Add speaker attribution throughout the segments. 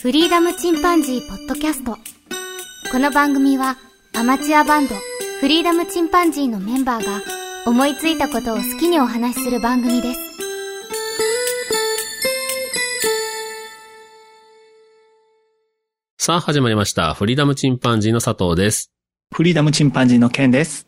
Speaker 1: フリーダムチンパンジーポッドキャスト。この番組はアマチュアバンドフリーダムチンパンジーのメンバーが思いついたことを好きにお話しする番組です。
Speaker 2: さあ、始まりました。フリーダムチンパンジーの佐藤です。
Speaker 3: フリーダムチンパンジーのケンです。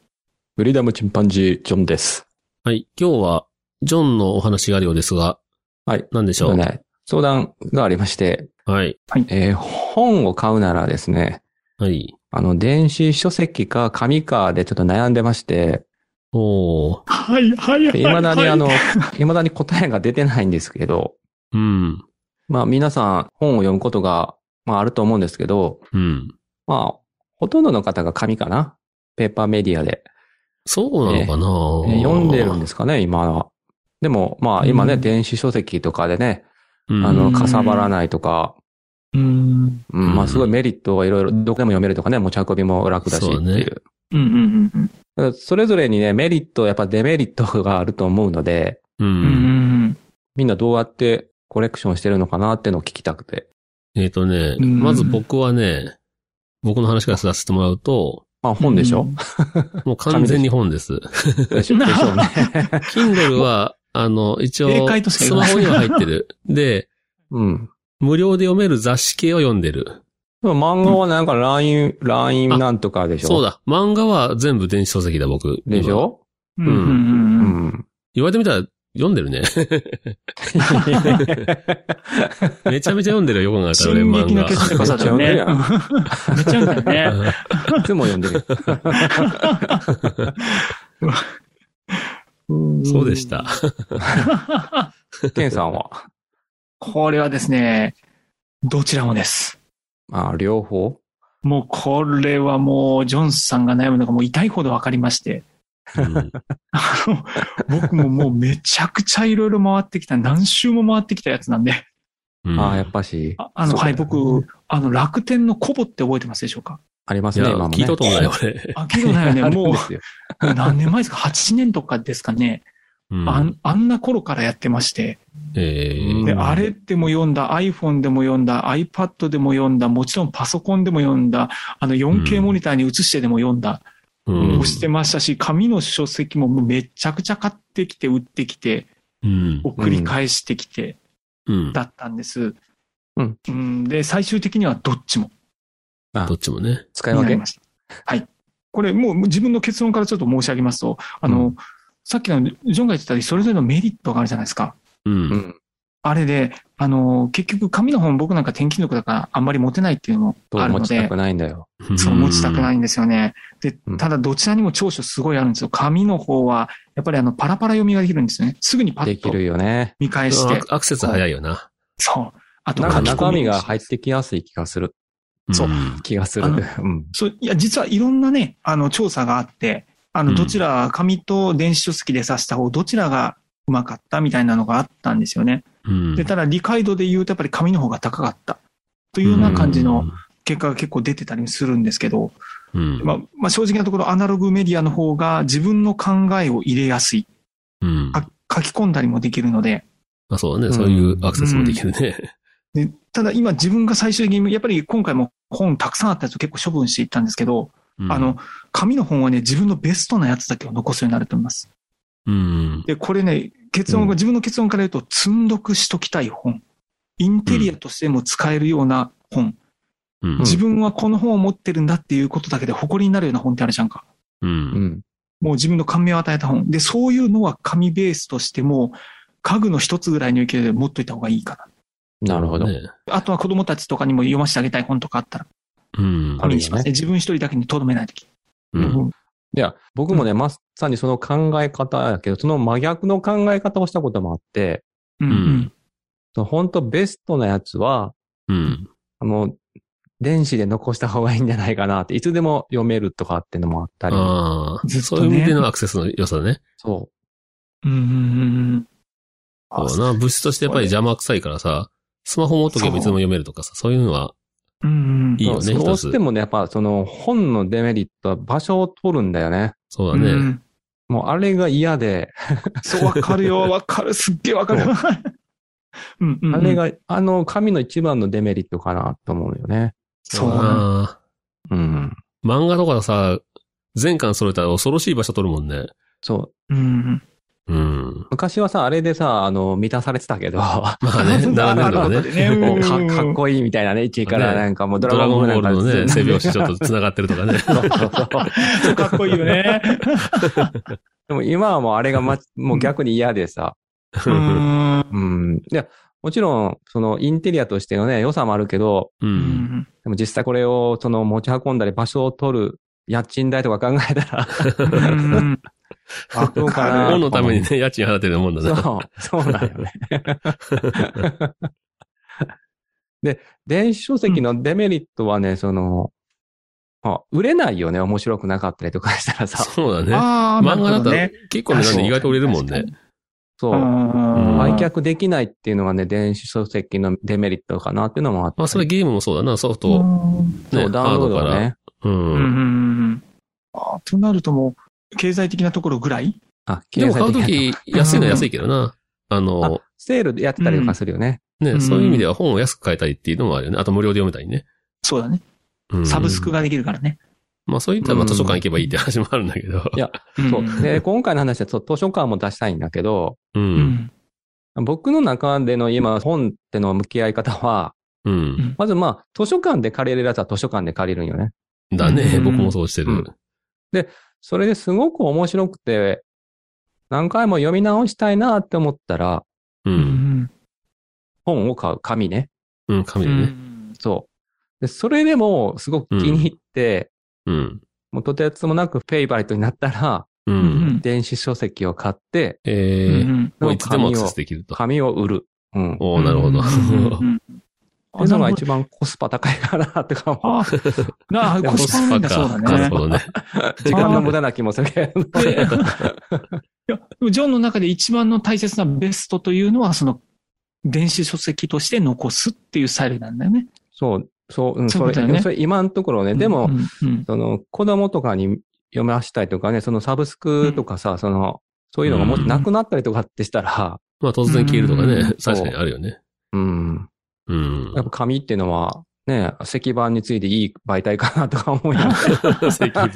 Speaker 4: フリーダムチンパンジー、ジョンです。
Speaker 2: はい。今日は、ジョンのお話があるようですが、
Speaker 4: はい。
Speaker 2: 何でしょう
Speaker 4: ね、相談がありまして、
Speaker 2: はい。
Speaker 4: えー本を買うならですね、
Speaker 2: はい。
Speaker 4: あの、電子書籍か紙かでちょっと悩んでまして、
Speaker 2: おー。
Speaker 3: はい、はい、はい。
Speaker 4: で未だにあの
Speaker 3: はい、
Speaker 4: 未だに答えが出てないんですけど、
Speaker 2: うん。
Speaker 4: まあ皆さん本を読むことが、まああると思うんですけど、
Speaker 2: うん。
Speaker 4: まあ、ほとんどの方が紙かなペーパーメディアで。
Speaker 2: そうなのか
Speaker 4: え
Speaker 2: な、
Speaker 4: ー読んでるんですかね、今は。でも、まあ今ね、
Speaker 3: うん
Speaker 4: 電子書籍とかでね、
Speaker 2: うん
Speaker 4: あ
Speaker 3: う
Speaker 4: の、
Speaker 3: ん
Speaker 4: かさばらないとか、
Speaker 3: うーん。
Speaker 4: う、
Speaker 2: うんん
Speaker 4: まあすごいメリットはいろいろ、どこでも読めるとかね、持ち運びも楽だしってい
Speaker 2: そ
Speaker 4: う。
Speaker 2: うね
Speaker 3: うん、うん、うん
Speaker 4: だからそれぞれにね、メリット、やっぱデメリットがあると思うので、
Speaker 2: う。
Speaker 3: うん。うんん
Speaker 4: みんなどうやってコレクションしてるのかなっていうのを聞きたくて。
Speaker 2: えっ、とね、
Speaker 3: うん
Speaker 2: まず僕はね、僕の話からさせてもらうと、
Speaker 4: まあ本でしょ、
Speaker 2: もう完全に本です。
Speaker 4: でしょで しょうね。
Speaker 2: Kindle は、あの、一
Speaker 3: 正
Speaker 2: 応、
Speaker 3: 解としか
Speaker 2: ス
Speaker 3: 言
Speaker 2: マ
Speaker 3: わない
Speaker 2: ホには入って る。で、
Speaker 4: うん。
Speaker 2: 無料で読める雑誌系を読んでる。
Speaker 4: でも漫画はなんか LINE、LINE なんとかでしょ
Speaker 2: そう。だ。漫画は全部電子書籍だ、僕。
Speaker 4: でしょ
Speaker 3: うん、う、
Speaker 4: うんうん ん。
Speaker 2: 言われてみたら読んでる ね。めちゃめちゃ読んでるよ、横
Speaker 3: う
Speaker 2: 川
Speaker 3: ん。
Speaker 2: さん、俺、
Speaker 3: 進
Speaker 2: 漫
Speaker 3: 撃の
Speaker 2: 画
Speaker 3: 巨。人とかさだよね。
Speaker 4: めっちゃ
Speaker 3: めっちゃ読んでるね。
Speaker 4: いつも読んでる。
Speaker 2: そうでした。
Speaker 4: ケンさんは。
Speaker 3: これはですね、どちらもです。
Speaker 4: ああ、両方
Speaker 3: もうこれはもう、ジョンさんが悩むのがもう痛いほどわかりまして。
Speaker 2: うん
Speaker 3: あの、僕ももうめちゃくちゃいろいろ回ってきた、何周も回ってきたやつなんで。
Speaker 2: うん
Speaker 4: ああ、やっぱし。
Speaker 3: ああの、
Speaker 4: そう
Speaker 3: はい、
Speaker 4: だよね
Speaker 3: 僕、あの、楽天のコボって覚えてますでしょうか
Speaker 4: ありま
Speaker 2: い
Speaker 4: すね、
Speaker 2: や、
Speaker 4: 今もね。。
Speaker 2: 聞いたことないい、俺。
Speaker 3: あ、けどないよね。
Speaker 4: ある
Speaker 3: も
Speaker 4: ん
Speaker 3: う
Speaker 4: で、すよ。
Speaker 3: もう何年前ですか ?8 年とかですかね、
Speaker 2: うん
Speaker 3: あん。あんな頃からやってまして。
Speaker 2: え
Speaker 4: う
Speaker 2: ー
Speaker 4: ん
Speaker 3: で、あれでも読んだ、iPhone でも読んだ、iPad でも読んだ、もちろんパソコンでも読んだ、あの、4K モニターに映してでも読んだ、
Speaker 2: うん
Speaker 3: 押してましたし、紙の書籍ももうめちゃくちゃ買ってきて、売ってきて、
Speaker 2: うん
Speaker 3: 送り返してきて、
Speaker 2: うん
Speaker 3: だったんです。
Speaker 4: うん。
Speaker 3: うん、で、最終的にはどっちも。
Speaker 2: どっちもね。
Speaker 4: 使い分
Speaker 3: になり
Speaker 4: け
Speaker 3: ましたはい。これ、もう自分の結論からちょっと申し上げますと、あの、
Speaker 4: う
Speaker 3: さっきのジョンが言ってたように、それぞれのメリットがあるじゃないですか。
Speaker 2: う。。
Speaker 4: うんん。
Speaker 3: あれで、あの、結局、紙の本、僕なんか転勤族だから、あんまり持てないっていうのも
Speaker 4: ど
Speaker 3: あ
Speaker 4: う
Speaker 3: る
Speaker 4: 持
Speaker 3: の
Speaker 4: ちた
Speaker 3: で
Speaker 4: く、ないんだよ。
Speaker 3: そう持ちたくないいんですよね。で
Speaker 4: う、ん
Speaker 3: ただ、どちらにも長所すごいあるんですよ。紙の方は、やっぱりあの、パラパラ読みができるんですよね。すぐにパ
Speaker 4: で
Speaker 3: ッ
Speaker 4: き
Speaker 3: と
Speaker 4: るよね。
Speaker 3: 見返して。
Speaker 2: アクセス早いよな。
Speaker 3: そう。あと、
Speaker 4: なんか
Speaker 3: 書き込
Speaker 4: 中
Speaker 3: み
Speaker 4: 身が入ってきやすい気がする。
Speaker 3: そうん
Speaker 4: 気がする。
Speaker 3: あの
Speaker 4: うん。
Speaker 3: そう、いや、実はいろんなね、あの、調査があって、あ
Speaker 2: う
Speaker 3: の、
Speaker 2: ん
Speaker 3: どちら、紙と電子書籍で指した方、どちらがうまかったみたいなのがあったんですよね。
Speaker 2: うん
Speaker 3: で、ただ、理解度で言うと、やっぱり紙の方が高かった。というような感じの。結果が結構出てたりするんですけど、
Speaker 2: うん
Speaker 3: まあ、まあ、正直なところ、アナログメディアの方が自分の考えを入れやすい。
Speaker 2: うん
Speaker 3: か書き込んだりもできるので、
Speaker 2: あ、そうだね。
Speaker 4: うん
Speaker 2: そういうアクセスもできるね。
Speaker 3: でただ今自分が最終的に、やっぱり今回も本たくさんあったやつを結構処分していったんですけど、
Speaker 2: うん
Speaker 3: あの、、紙の本はね、自分のベストなやつだけを残すようになると思います。
Speaker 2: うん。
Speaker 3: で、これね、結論
Speaker 4: う
Speaker 3: が、
Speaker 4: ん
Speaker 3: 自分の結論から言うと、積んどくしときたい本。インテリアとしても使えるような本。
Speaker 2: うん
Speaker 3: 自分はこの本を持ってるんだっていうことだけで誇りになるような本ってあるじゃんか。
Speaker 2: う。
Speaker 4: うんん。
Speaker 3: もう自分の感銘を与えた本。で、そういうのは紙ベースとしても、家具の一つぐらいの勢いで持っといた方がいいか
Speaker 4: なるほど。
Speaker 2: ね
Speaker 3: な。あとは子供たちとかにも読ませてあげたい本とかあったら、
Speaker 2: うん。
Speaker 4: あ
Speaker 3: 紙
Speaker 4: るよね
Speaker 3: にしますね。自分一人だけにとどめないとき。
Speaker 2: うん
Speaker 4: いや、僕もね、まさにその考え方やけど、その真逆の考え方をしたこともあって、
Speaker 3: うんうん
Speaker 4: その本当ベストなやつは、
Speaker 2: うん。
Speaker 4: あの、電子で残した方がいいんじゃないかなって、いつでも読めるとかっていうのもあったり、
Speaker 2: ああ、
Speaker 3: ずっ
Speaker 2: そ
Speaker 3: とね
Speaker 2: ういう意味でのアクセスの良さね。
Speaker 4: そ
Speaker 3: うんうんうんうん。
Speaker 2: そうだな。物質としてやっぱり邪魔くさいからさ、スマホ持っとけばいつでも読めるとかさ、そういうのは、
Speaker 3: うんうん
Speaker 4: う。
Speaker 2: いいよね
Speaker 4: そう
Speaker 2: 一つ
Speaker 4: どうしてもね、やっぱその本のデメリットは場所を取るんだよね。
Speaker 2: そう
Speaker 3: う
Speaker 2: だね。
Speaker 3: ん。
Speaker 4: もうあれが嫌で、
Speaker 3: そう、わかるよ。わかる。すっげえわかる。うんうんうん
Speaker 4: あれが、あの、紙の一番のデメリットかなと思うよね。
Speaker 3: そうだな
Speaker 2: あ
Speaker 4: うん。
Speaker 2: ー漫画とかさ、全巻揃えたら恐ろしい場所取るもんね。
Speaker 4: そう。
Speaker 3: うん
Speaker 2: うん。
Speaker 4: 昔はさ、あれでさ、あの、満たされてたけど、も
Speaker 2: ま あね、並べるのがね。
Speaker 3: ね
Speaker 4: うかかっ こいいみたいなね、1位からなんかもうド
Speaker 2: ドラ
Speaker 4: ラ
Speaker 2: ゴ
Speaker 4: ゴ
Speaker 2: ン
Speaker 4: ン
Speaker 2: ボ
Speaker 4: ボール
Speaker 2: ー
Speaker 4: なん
Speaker 2: ル
Speaker 4: か
Speaker 2: のね、背拍子ちょっと繋がってるとかね。
Speaker 4: そうそうそう
Speaker 3: うんかっこいいよね。
Speaker 4: でも今はもうあれがま、もう逆に嫌でさ、
Speaker 3: うん
Speaker 4: うん。いや、もちろん、そのインテリアとしてのね、良さもあるけど、
Speaker 2: う。
Speaker 3: うんん
Speaker 4: でも実際これをその持ち運んだり場所を取る、家賃代とか考えたら、
Speaker 3: うん
Speaker 4: あ、どうかな。
Speaker 2: 本のためにね、家賃払ってるもんだな。
Speaker 4: そう、そうなんよね。 で、電子書籍のデメリットはね、その、あ、売れないよね、面白くなかったりとかしたらさ。
Speaker 2: そうだね。
Speaker 3: あーな
Speaker 2: 漫
Speaker 3: るほ
Speaker 2: 画だっ
Speaker 3: ど
Speaker 2: たら
Speaker 3: ね
Speaker 2: 結構ね、
Speaker 4: そう
Speaker 2: 意外と売れるもんね。
Speaker 4: そうう。
Speaker 3: ん
Speaker 4: 売却できないっていうのがね、電子書籍のデメリットかなっていうのもあって。
Speaker 2: まあ、それゲームもそうだな、ソフト。
Speaker 4: そ
Speaker 2: ね
Speaker 4: う、ダウンロード
Speaker 2: ハード
Speaker 4: が。ね。
Speaker 2: からう
Speaker 3: うん
Speaker 2: ん。
Speaker 3: あとなるともう、経済的なところぐらい
Speaker 4: あ、
Speaker 2: で
Speaker 4: 経
Speaker 2: も
Speaker 4: 済
Speaker 2: 買う
Speaker 4: 的
Speaker 2: と
Speaker 4: な
Speaker 2: き、安いのは安いけどな。あの
Speaker 4: あ、セールでやってたりとかするよね。
Speaker 3: う
Speaker 2: ね、
Speaker 3: ん
Speaker 2: そういう意味では本を安く買えたりっていうのもあるよね。あと無料で読めたりね。
Speaker 3: そうだね。
Speaker 2: うん
Speaker 3: サブスクができるからね。
Speaker 2: まあそういったらまあ図書館行けばいいって話もあるんだけど。
Speaker 4: いやそ
Speaker 3: ん
Speaker 4: う。で、今回の話はそう図書館も出したいんだけど、
Speaker 2: う。
Speaker 3: うんん。
Speaker 4: 僕の中での今、本っての向き合い方は、
Speaker 2: うん。
Speaker 4: まずまあ、図書館で借りれるやつは図書館で借りるんよね。
Speaker 2: だ
Speaker 3: う
Speaker 2: ね。
Speaker 3: ん
Speaker 2: 僕もそうして
Speaker 4: う
Speaker 2: る
Speaker 4: ん。それですごく面白くて、何回も読み直したいなって思ったら、
Speaker 2: う。
Speaker 3: うんん。
Speaker 4: 本を買う、紙ね。
Speaker 2: うん、紙
Speaker 3: う
Speaker 2: でね。
Speaker 3: ん
Speaker 4: そう。で、それでも、すごく気に入って、
Speaker 2: うん。
Speaker 4: もうとてつもなくフェイバリットになったら、
Speaker 2: う。
Speaker 3: うんん
Speaker 4: 電子書籍を買って、
Speaker 3: う
Speaker 2: え
Speaker 3: ん
Speaker 2: ー、もういつでもアクセスできると。
Speaker 4: 紙を売る。うん。
Speaker 2: おおなるほど。
Speaker 3: うんうん
Speaker 4: っていうのが一番コスパ高いかなとかも、
Speaker 3: あ、 なあ、コスパの面だそうだ
Speaker 2: なる
Speaker 3: ね。
Speaker 2: ほどね。
Speaker 4: 時間の無駄な気もするけど。
Speaker 3: で いや、でもジョンの中で一番の大切なベストというのは、その、電子書籍として残すっていうスタイルなんだよね。
Speaker 4: そう、そう、うん、
Speaker 3: そうい
Speaker 4: そう
Speaker 3: ことだよね
Speaker 4: れ、それ今のところね、でも
Speaker 3: う、ん、うん
Speaker 4: その子供とかに読ましたりとかね、そのサブスクとかさ、その、そういうのがも
Speaker 2: うん
Speaker 4: しなくなったりとかってしたら、
Speaker 2: まあ突然消えるとか
Speaker 3: うん
Speaker 2: ね。確かにあるよね。
Speaker 4: うん。
Speaker 2: うん
Speaker 4: や。っぱ紙っていうのは、ね、石板についていい媒体かなとか思うよ。
Speaker 2: 石板。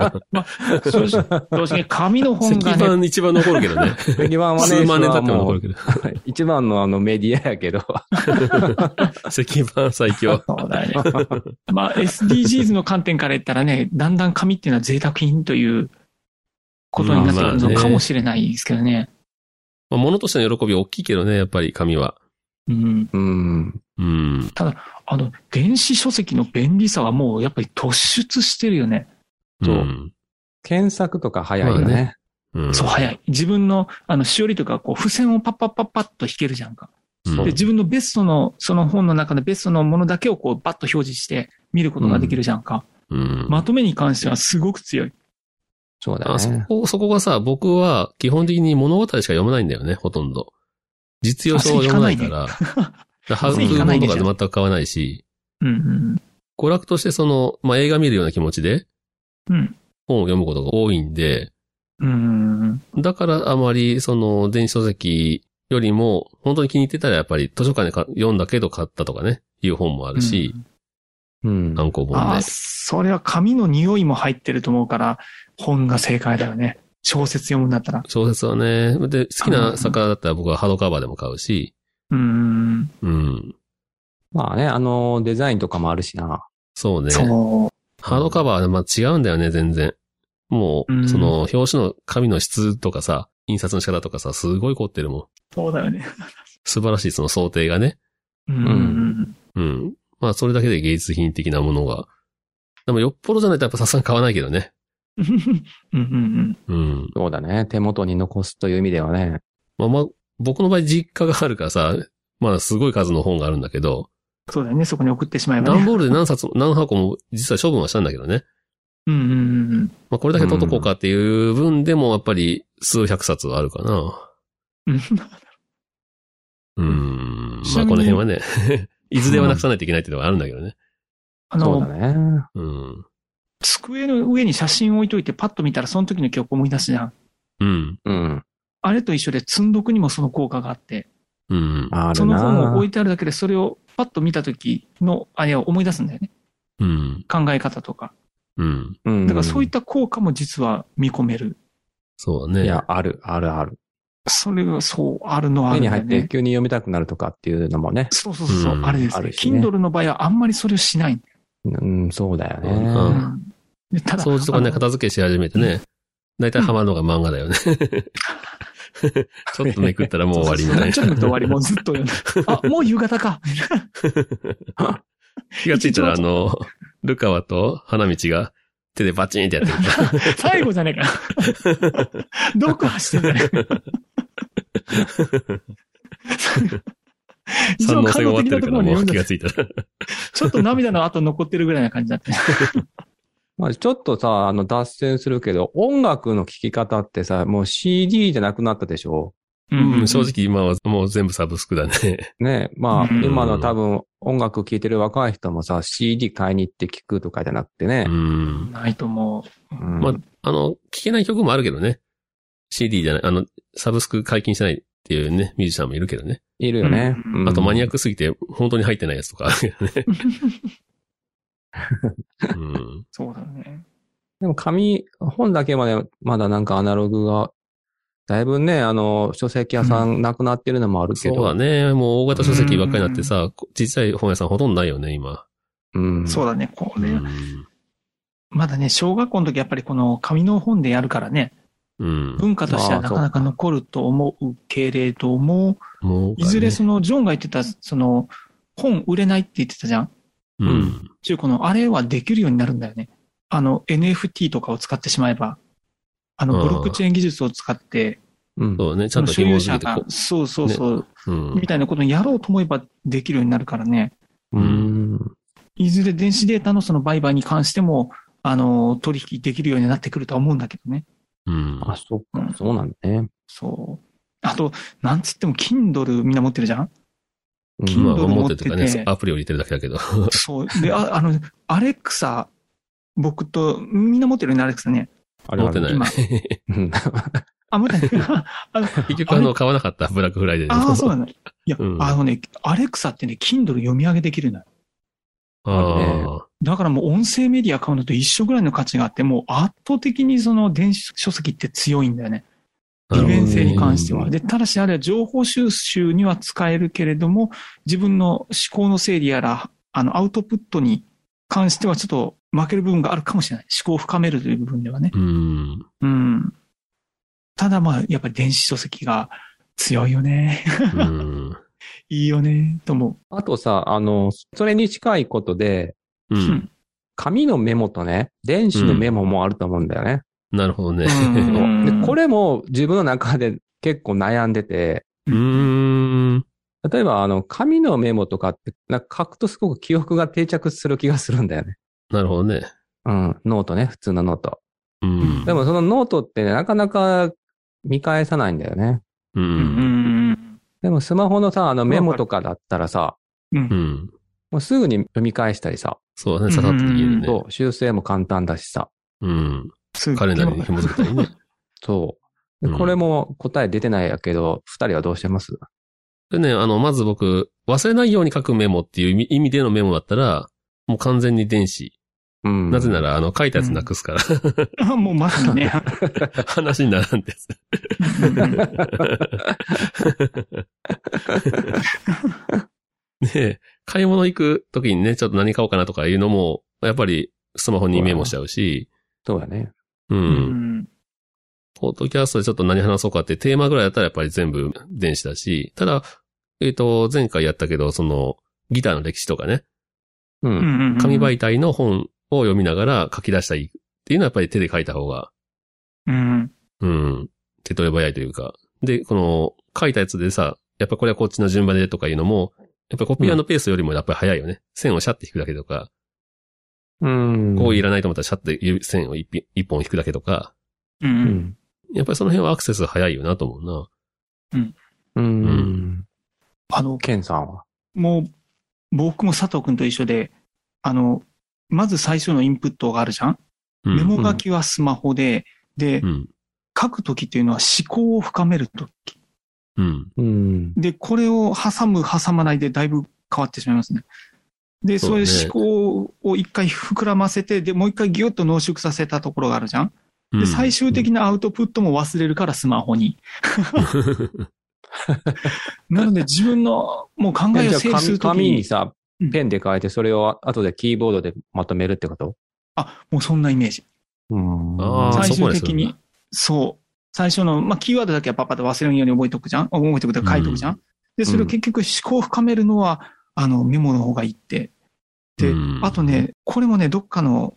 Speaker 3: そうです同時に紙の
Speaker 2: 石
Speaker 3: 本が ね、
Speaker 2: 板一番残るけどね。
Speaker 4: 石板はね、
Speaker 2: 数万年経っても
Speaker 4: も
Speaker 2: 残
Speaker 4: う
Speaker 2: るけど。
Speaker 4: 一番のあのメディアやけ ど、
Speaker 2: 石板最強。
Speaker 3: そうだね。まあ、SDGs の観点から言ったらね、だんだん紙っていうのは贅沢品ということになってくるのかもしれないですけどね。
Speaker 2: まあ、物としての喜びは大きいけどね、やっぱり紙は。
Speaker 3: うん。
Speaker 4: うん。
Speaker 2: うん。。
Speaker 3: あの、電子書籍の便利さはもうやっぱり突出してるよね。
Speaker 4: そうん検索とか早いよ
Speaker 2: まあ
Speaker 4: ね。
Speaker 2: うん
Speaker 3: そう、早い。自分の、あの、しおりとか、こう、付箋をパッパッパッパッと引けるじゃんか。
Speaker 2: うん
Speaker 3: で、自分のベストの、その本の中のベストのものだけをこう、バッと表示して見ることができるじゃんか。
Speaker 2: うん。
Speaker 3: まとめに関してはすごく強い。
Speaker 4: そうだよ
Speaker 2: あそ
Speaker 4: ね。
Speaker 2: こ、そこがさ、僕は基本的に物語しか読まないんだよね、ほとんど。実用書を読まないから。 だハウトゥ
Speaker 3: 汗い
Speaker 2: ー
Speaker 3: かな
Speaker 2: 本と
Speaker 3: いで
Speaker 2: か
Speaker 3: しょ
Speaker 2: で全く買わないし、
Speaker 3: うん
Speaker 2: 娯楽としてその、まあ、映画見るような気持ちで
Speaker 3: うん。うん。
Speaker 2: 本を読むことが多いんで、
Speaker 3: うん。
Speaker 2: だからあまりその電子書籍よりも、本当に気に入ってたらやっぱり図書館でか読んだけど買ったとかね、いう本もあるし、
Speaker 4: うん。
Speaker 2: 単行本
Speaker 3: あ
Speaker 2: で
Speaker 3: あ、。それは紙の匂いも入ってると思うから、本が正解だよね。小説読むんだったら。
Speaker 2: 小説はね、で、好きな作家だったら僕はハードカバーでも買うし、
Speaker 3: うん。
Speaker 2: うん。
Speaker 4: まあね、あの、デザインとかもあるしな。
Speaker 2: そうね。
Speaker 3: そ
Speaker 2: ハードカバーはねまあ違うんだよね、全然。も
Speaker 3: う
Speaker 2: う、
Speaker 3: ん
Speaker 2: その、表紙の紙の質とかさ、印刷の仕方とかさ、すごい凝ってるもん。
Speaker 3: う。そうだよね。
Speaker 2: 素晴らしい、その想定がね。
Speaker 3: うん。
Speaker 2: うん。まあ、それだけで芸術品的なものが。でも、よっぽどじゃないとやっぱさすがに買わないけどね。
Speaker 3: うんうんうん。
Speaker 2: うん。
Speaker 4: そうだね。手元に残すという意味ではね。
Speaker 2: まあまあ、僕の場合実家があるからさ、まあ、すごい数の本があるんだけど、
Speaker 3: そうだよね。そこに送ってしまえば
Speaker 2: 段
Speaker 3: ね。
Speaker 2: ボールで何冊も、何箱も実は処分はしたんだけどね。
Speaker 3: うんうんうん
Speaker 2: まあ、これだけ取っとこうかっていう分でも、やっぱり数百冊はあるかな。
Speaker 3: うん。
Speaker 2: うん。
Speaker 3: ち
Speaker 2: ま
Speaker 3: な
Speaker 2: あ、こ
Speaker 3: みに
Speaker 2: の辺は ね、いずれはなくさないといけないっていうのはあるんだけどね。
Speaker 3: あ
Speaker 4: そうだ
Speaker 3: の、
Speaker 4: ね。
Speaker 2: うん。
Speaker 3: 机の上に写真置いといてパッと見たらその時の記憶思い出すじゃん。
Speaker 2: うん。
Speaker 4: うん。
Speaker 3: あれと一緒で積んどくにもその効果があって、
Speaker 2: うん。
Speaker 4: あ
Speaker 3: そ
Speaker 4: る
Speaker 3: の本を
Speaker 4: な
Speaker 3: 置いてあるだけで、それをパッと見た時の、あれを思い出すんだよね。
Speaker 2: うん。
Speaker 3: 考え方とか。
Speaker 2: うん。
Speaker 4: うん
Speaker 3: だからそういった効果も実は見込める。
Speaker 2: そうだ
Speaker 4: い
Speaker 2: ね。
Speaker 4: や、ある、あるある。
Speaker 3: それがそう、あるのはあ
Speaker 4: 目
Speaker 3: るん
Speaker 4: に
Speaker 3: だ
Speaker 4: 入
Speaker 3: よ
Speaker 4: って
Speaker 3: ね。
Speaker 4: 急に読みたくなるとかっていうのもね。
Speaker 3: そうそうそう、
Speaker 2: うん
Speaker 3: あれです、
Speaker 4: あ
Speaker 3: ね。
Speaker 4: るしね
Speaker 3: Kindle の場合はあんまりそれをしないんだよ。
Speaker 4: うん、そうだよね。
Speaker 2: うん
Speaker 3: うんでただ、
Speaker 2: 掃除とかね、
Speaker 3: あの
Speaker 2: 片付けし始めてね。大体ハマるのが漫画 だよね。ちょっとめくったらもう終わりみたいな。
Speaker 3: ちょっと終わり、もうずっと読んで。あ、もう夕方か。
Speaker 2: 気がついたら、あの、ルカワと花道が手でバチンってや ってる。
Speaker 3: 最後じゃねえか。どこ走ってんだよ。
Speaker 2: 三能性
Speaker 3: 非常に感
Speaker 2: が終
Speaker 3: 動
Speaker 2: わっ
Speaker 3: 的
Speaker 2: て
Speaker 3: な
Speaker 2: るか
Speaker 3: ところ
Speaker 2: ら、
Speaker 3: に
Speaker 2: も
Speaker 3: 読
Speaker 2: うん気
Speaker 3: だ
Speaker 2: が。ついたら。
Speaker 3: ちょっと涙の後残ってるぐらいな感じだった。
Speaker 4: まあ、ちょっとさ、あの、脱線するけど、音楽の聴き方ってさ、もう CD じゃなくなったでしょ
Speaker 2: うん、正直今はもう全部サブスクだ ね。
Speaker 4: ねまあ、
Speaker 3: うん
Speaker 4: 今の多分音楽聴いてる若い人もさ、CD 買いに行って聴くとかじゃなくてね
Speaker 2: う。ん。
Speaker 3: ないと思う。
Speaker 4: うん
Speaker 2: まあ、あの、聴けない曲もあるけどね。CD じゃない、あの、サブスク解禁してないっていうね、ミュージシャンもいるけどね。
Speaker 4: いるよね。
Speaker 3: うん
Speaker 2: あとマニア
Speaker 4: ッ
Speaker 2: ックすぎて、本当に入ってないやつとかあるけどね。 うん。
Speaker 3: そうだね。
Speaker 4: でも紙、本だけまで、まだなんかアナログが、だいぶね、あの、書籍屋さんなくなってるのもあるけ
Speaker 2: そ
Speaker 4: ど。
Speaker 2: うだね。もう大型書籍ばっかりになってさ、小さい本屋さんほとんどないよね、今。
Speaker 4: うん。
Speaker 3: そう
Speaker 4: う
Speaker 3: だね。こ
Speaker 2: う
Speaker 3: れ、
Speaker 2: ん。
Speaker 3: まだね、小学校の時やっぱりこの紙の本でやるからね、
Speaker 2: うん。
Speaker 3: 文化としてはなかなか残ると思うけれども、
Speaker 2: もう、
Speaker 3: いずれその、ジョンが言ってた、その、本売れないって言ってたじゃん
Speaker 2: うん。
Speaker 3: 中古の、あれはできるようになるんだよね。あの、NFT とかを使ってしまえば、あの、
Speaker 2: あー
Speaker 3: ブロックチェーン技術を使って、
Speaker 4: うん。
Speaker 2: そうね、ち
Speaker 3: そ
Speaker 2: ゃん
Speaker 3: の
Speaker 2: と
Speaker 3: 所
Speaker 2: 紐
Speaker 3: 有
Speaker 2: づ
Speaker 3: 者
Speaker 2: けて
Speaker 3: が
Speaker 2: こ、
Speaker 3: そうそうそう、
Speaker 2: う。うん
Speaker 3: み。たいなことにやろうと思えばできるようになるからね。
Speaker 4: うん。
Speaker 3: いずれ電子データのその売買に関しても、あの、取引できるようになってくるとは思うんだけどね。
Speaker 2: うん。
Speaker 4: あ、そっ
Speaker 3: うん
Speaker 4: か、そうなんだね。
Speaker 3: そう。あと、なんつっても Kindle みんな持ってるじゃん
Speaker 4: うん
Speaker 3: 金
Speaker 2: まあ、
Speaker 3: Kindle
Speaker 2: 持ってるとか
Speaker 3: 持って
Speaker 2: ね、
Speaker 3: て
Speaker 2: アプリを入れてるだけだ けど。
Speaker 3: そう。で、ああの、アレクサ、僕と、みんな持ってるよね、アレクサね。
Speaker 4: あれ
Speaker 2: 持
Speaker 4: は
Speaker 2: ってない。
Speaker 3: 今
Speaker 2: 結
Speaker 4: うん
Speaker 3: あ、持ってない。 あの
Speaker 2: 局、あの、買わなかった、ブラックフライデーでも。
Speaker 3: ああ、そうなんだ。いや、
Speaker 2: うん
Speaker 3: あのね、アレクサってね、Kindle 読み上げできるのよ。
Speaker 2: あ
Speaker 3: だからもう音声メディア買うのと一緒ぐらいの価値があって、もう圧倒的にその電子書籍って強いんだよね。
Speaker 2: あ。
Speaker 3: 利
Speaker 2: なる
Speaker 3: 便
Speaker 2: ほど
Speaker 3: 性に関して
Speaker 4: う
Speaker 3: は。
Speaker 4: ん
Speaker 3: で、ただしあれは情報収集には使えるけれども、自分の思考の整理やら、あの、アウトプットに関してはちょっと負ける部分があるかもしれない。思考を深めるという部分ではね。
Speaker 2: うん。
Speaker 3: うん。ただまあ、やっぱり電子書籍が強いよね。
Speaker 2: うん。
Speaker 3: いいよね、と思
Speaker 4: あとさ、あの、それに近いことで、
Speaker 2: う。
Speaker 3: う。うん ん。
Speaker 4: 紙のメモとね、電子のメモもあると思うんだよね。
Speaker 2: なるほどね。
Speaker 3: うん
Speaker 4: そう
Speaker 3: うん
Speaker 4: でこれも自分の中で結構悩んでて、
Speaker 2: うーん。
Speaker 4: 例えばあの、紙のメモとかって、なんか書くとすごく記憶が定着する気がするんだよね。
Speaker 2: なるほどね。
Speaker 4: うん、ノートね、普通のノート。
Speaker 2: うん
Speaker 4: で。もそのノートってね、なかなか見返さないんだよね。
Speaker 2: う。
Speaker 3: うんん。
Speaker 4: でもスマホのさ、あのメモとかだったらさ、
Speaker 3: う。
Speaker 2: うんん。
Speaker 4: もうすぐに読み返したりさ、
Speaker 2: そうだね、ささっとできるね。
Speaker 4: そう、修正も簡単だしさ、
Speaker 2: うん。
Speaker 3: すっげ
Speaker 2: カ
Speaker 3: え
Speaker 2: レンダーに紐づけたりね。
Speaker 4: そう。で
Speaker 2: うん
Speaker 4: これも答え出てないやけど、二人はどうしてます
Speaker 2: でね、あの、まず僕、忘れないように書くメモっていう意味意味でのメモだったら、もう完全に電子。
Speaker 4: うん。
Speaker 2: なぜなら、あの、書いたやつなくすから、
Speaker 3: あもうまさにね。
Speaker 2: 話にならんってやつ。ねえ、買い物行く時にね、ちょっと何買おうかなとかいうのも、やっぱりスマホにメモしちゃうし、
Speaker 4: そうだね。
Speaker 2: う。
Speaker 3: うんん。
Speaker 2: ポッドキャストでちょっと何話そうかってテーマぐらいだったらやっぱり全部電子だし、ただ、えっ、と、前回やったけど、その、ギターの歴史とかね、
Speaker 4: う。
Speaker 3: うんん
Speaker 2: 紙媒体の本を読みながら書き出したりっていうのはやっぱり手で書いた方が、
Speaker 3: うん。
Speaker 2: うん、手っ取り早いというか。で、この、書いたやつでさ、やっぱこれはこっちの順番でとかいうのも、やっぱコピーペーストよりもやっぱり早いよね。線をシャッて引くだけとか、
Speaker 4: うん。
Speaker 2: こういらないと思ったらシャッて指線を一品一本引くだけとか、
Speaker 3: う。
Speaker 4: うんん。
Speaker 2: やっぱりその辺はアクセス早いよなと思う
Speaker 4: う。
Speaker 2: うん
Speaker 3: あの、
Speaker 4: ケンさんは。
Speaker 3: もう、僕も佐藤くんと一緒で、あの、まず最初のインプットがあるじゃん、
Speaker 2: な。うん、
Speaker 3: メモ書きはスマホで、で
Speaker 2: う、ん。
Speaker 3: 書くときっていうのは思考を深めるとき。
Speaker 2: うん。
Speaker 4: うん。
Speaker 3: で、これを挟む、挟まないでだいぶ変わってしまいますね。で、
Speaker 2: そう
Speaker 3: そう
Speaker 2: だね
Speaker 3: いう思考を一回膨らませて、で、もう一回ギュッと濃縮させたところがあるじゃん。
Speaker 2: う
Speaker 3: で、
Speaker 2: ん
Speaker 3: 最終的なアウトプットも忘れるから、スマホに。なので、自分の、もう考えを
Speaker 4: じゃあ
Speaker 3: 整理すると
Speaker 4: 紙
Speaker 3: き
Speaker 4: 紙に
Speaker 3: に、
Speaker 4: さ、ペンで書いて、それを後でキーボードでまとめるってこと
Speaker 3: あ、もうそんなイメージ。
Speaker 4: うん
Speaker 2: あー
Speaker 3: 最
Speaker 2: そこ
Speaker 3: 終
Speaker 2: までそ
Speaker 3: 的
Speaker 2: うなん
Speaker 3: に
Speaker 2: だ、
Speaker 3: そう。最初の、まあ、キーワードだけはパパッと忘れんように覚えておくじゃん覚えておくとか書いておくじゃん、で、それを結局思考を深めるのは、あの、メモの方がいいって。で、
Speaker 2: うん
Speaker 3: あとね、これもね、どっかの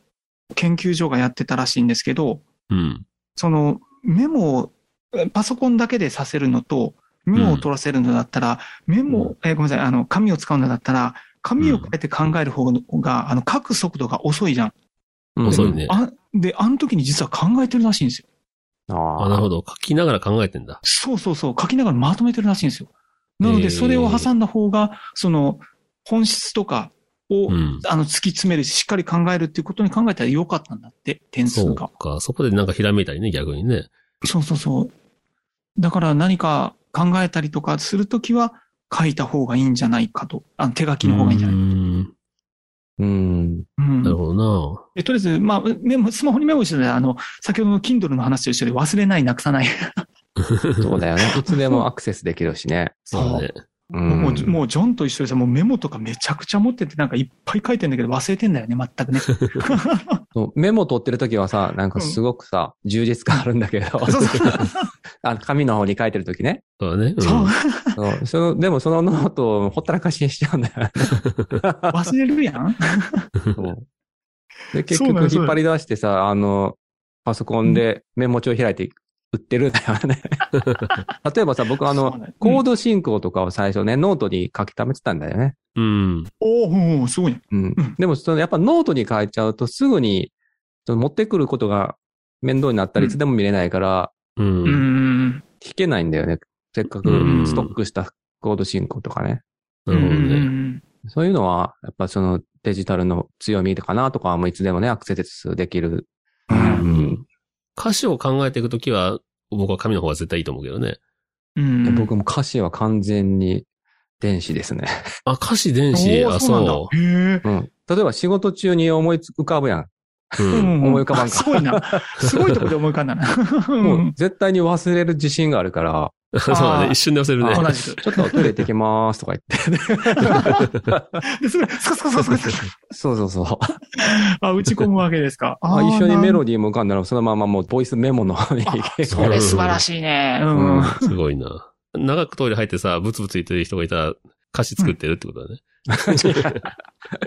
Speaker 3: 研究所がやってたらしいんですけど、
Speaker 2: うん。
Speaker 3: そのメモを、えパソコンだけでさせるのと、メモを取らせるのだったら、メモ、えーごめんなさい、あの、紙を使うのだったら、紙を変えて考える方が、あの、書く速度が遅いじゃん。
Speaker 2: 遅いね。
Speaker 3: あで、あの時に実は考えてるらしいんですよ。
Speaker 4: あ
Speaker 2: あ、なるほど。書きながら考えてんだ。
Speaker 3: そうそうそう、書きながらまとめてるらしいんですよ。なの
Speaker 2: えー
Speaker 3: で、それを挟んだ方が、その、本質とかを、
Speaker 2: うん。
Speaker 3: あの、突き詰めるし、しっかり考えるっていうことに考えたらよかったんだって、点
Speaker 2: そ
Speaker 3: 数
Speaker 2: う
Speaker 3: が。
Speaker 2: か。そこでなんかひらめいたりね、逆にね。
Speaker 3: そうそうそう。だから何か考えたりとかするときは書いた方がいいんじゃないかと。あの手書きの方がいいんじゃ
Speaker 2: う
Speaker 3: ない
Speaker 2: ん
Speaker 4: うん。
Speaker 3: うん
Speaker 2: なるほど
Speaker 3: でとりあえず、まあ、メモ、スマホにメモしてたら、あの、先ほどの Kindle の話と一緒で忘れない、なくさない。
Speaker 4: そうだよ ね。いつでもアクセスできるしね。
Speaker 2: な。 そうだね。
Speaker 4: うん
Speaker 3: もう、もうジョンと一緒でさ、もうメモとかめちゃくちゃ持ってて、なんかいっぱい書いてんだけど忘れてんだよね、全 くね。
Speaker 4: そうメモ取ってる時はさ、なんかすごくさ、充実感あるんだけど、
Speaker 3: そうそう
Speaker 4: あの紙の方に書いてる時ね。
Speaker 2: そうだね。うん
Speaker 3: そう、
Speaker 4: そうそのでもそのノートをほったらかしにしちゃうんだよね。
Speaker 3: 忘れるや ん。
Speaker 4: そうで、結
Speaker 3: そうな
Speaker 4: 局
Speaker 3: のそう
Speaker 4: 引っ
Speaker 3: なの
Speaker 4: 張り出してさ、あの、パソコンでメモ帳開いて売ってるんだよ ね。例えばさ、僕あ
Speaker 3: そう
Speaker 4: の
Speaker 3: だね、
Speaker 4: コード進行とかを最初ね、ノートに書き溜めてたんだよね。
Speaker 2: うん。
Speaker 3: おーおー、すごいね。
Speaker 4: うん
Speaker 3: うん。
Speaker 4: でも、その、やっぱノートに変えちゃうと、すぐに、その持ってくることが面倒になったり、
Speaker 3: う
Speaker 4: い
Speaker 3: ん
Speaker 4: つでも見れないから、
Speaker 2: う。
Speaker 3: うんん。
Speaker 4: 弾けないんだよね。せっかく
Speaker 2: うん
Speaker 4: ストックしたコード進行とかね。
Speaker 2: なるほどね。
Speaker 4: そういうのは、やっぱそのデジタルの強みかなとか、もういつでもね、アクセスできる。
Speaker 3: う
Speaker 4: うんん。
Speaker 2: 歌詞を考えていくときは、僕は紙の方が絶対いいと思うけどね。
Speaker 3: うん。
Speaker 4: 僕も歌詞は完全に電子ですね。
Speaker 2: あ、歌詞電子、
Speaker 3: おー
Speaker 2: あ、
Speaker 3: そうなん
Speaker 2: そ
Speaker 3: だ。へえ。
Speaker 4: うん。例えば仕事中に思いつ浮かぶやん。
Speaker 2: う。うん。
Speaker 4: 思い浮かばんか
Speaker 3: すごいな。すごいとこで思い浮かんだな。
Speaker 4: も
Speaker 3: う
Speaker 4: うん絶対に忘れる自信があるから、
Speaker 2: そうだ
Speaker 3: あ
Speaker 2: ね。
Speaker 3: ー
Speaker 2: 一瞬で忘れるね。
Speaker 3: 同じく。
Speaker 4: ちょっとトイレ行ってきますとか言 って。
Speaker 3: で、それ、スカスカスカスカ。
Speaker 4: そうそうそう。
Speaker 3: あ、打ち込むわけですか。
Speaker 4: あ一緒にメロ
Speaker 3: デ
Speaker 4: ディーも浮かんだら、そのままもうボイスメモの方に行け
Speaker 3: それ素晴らしいね。う
Speaker 4: うん
Speaker 3: ん。
Speaker 2: すごいな。長くトイレ入ってさ、ブツブツ言ってる人がいたら、歌詞作ってるってことだ ね。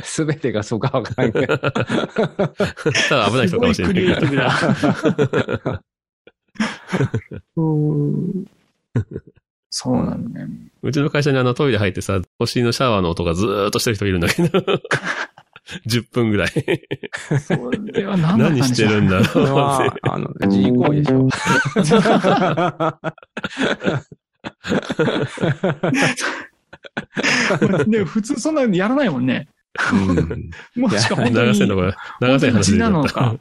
Speaker 4: すべてがそうかわからんけど。
Speaker 2: ただ危ない人かもしれないけど。
Speaker 3: すごいクリエイティブだ。うんそうなのね。
Speaker 2: うちの会社にあのトイレ入ってさ、お尻のシャワーの音がずーっとしてる人いるんだけど。10分ぐらい。
Speaker 3: それは何だった
Speaker 2: 何
Speaker 3: んで
Speaker 2: して
Speaker 3: しょ
Speaker 2: る
Speaker 3: うん
Speaker 2: だ
Speaker 4: それ
Speaker 2: ろう
Speaker 4: は
Speaker 2: って。、
Speaker 4: あの、自由行為でし ょ。
Speaker 3: ね、普通そんなのやらないもんね。
Speaker 4: うん
Speaker 3: もしかも本当に。
Speaker 2: 流せんのこれ。流せん
Speaker 3: 本当に
Speaker 2: 話
Speaker 3: 地
Speaker 2: にな
Speaker 3: なの
Speaker 2: った
Speaker 3: か。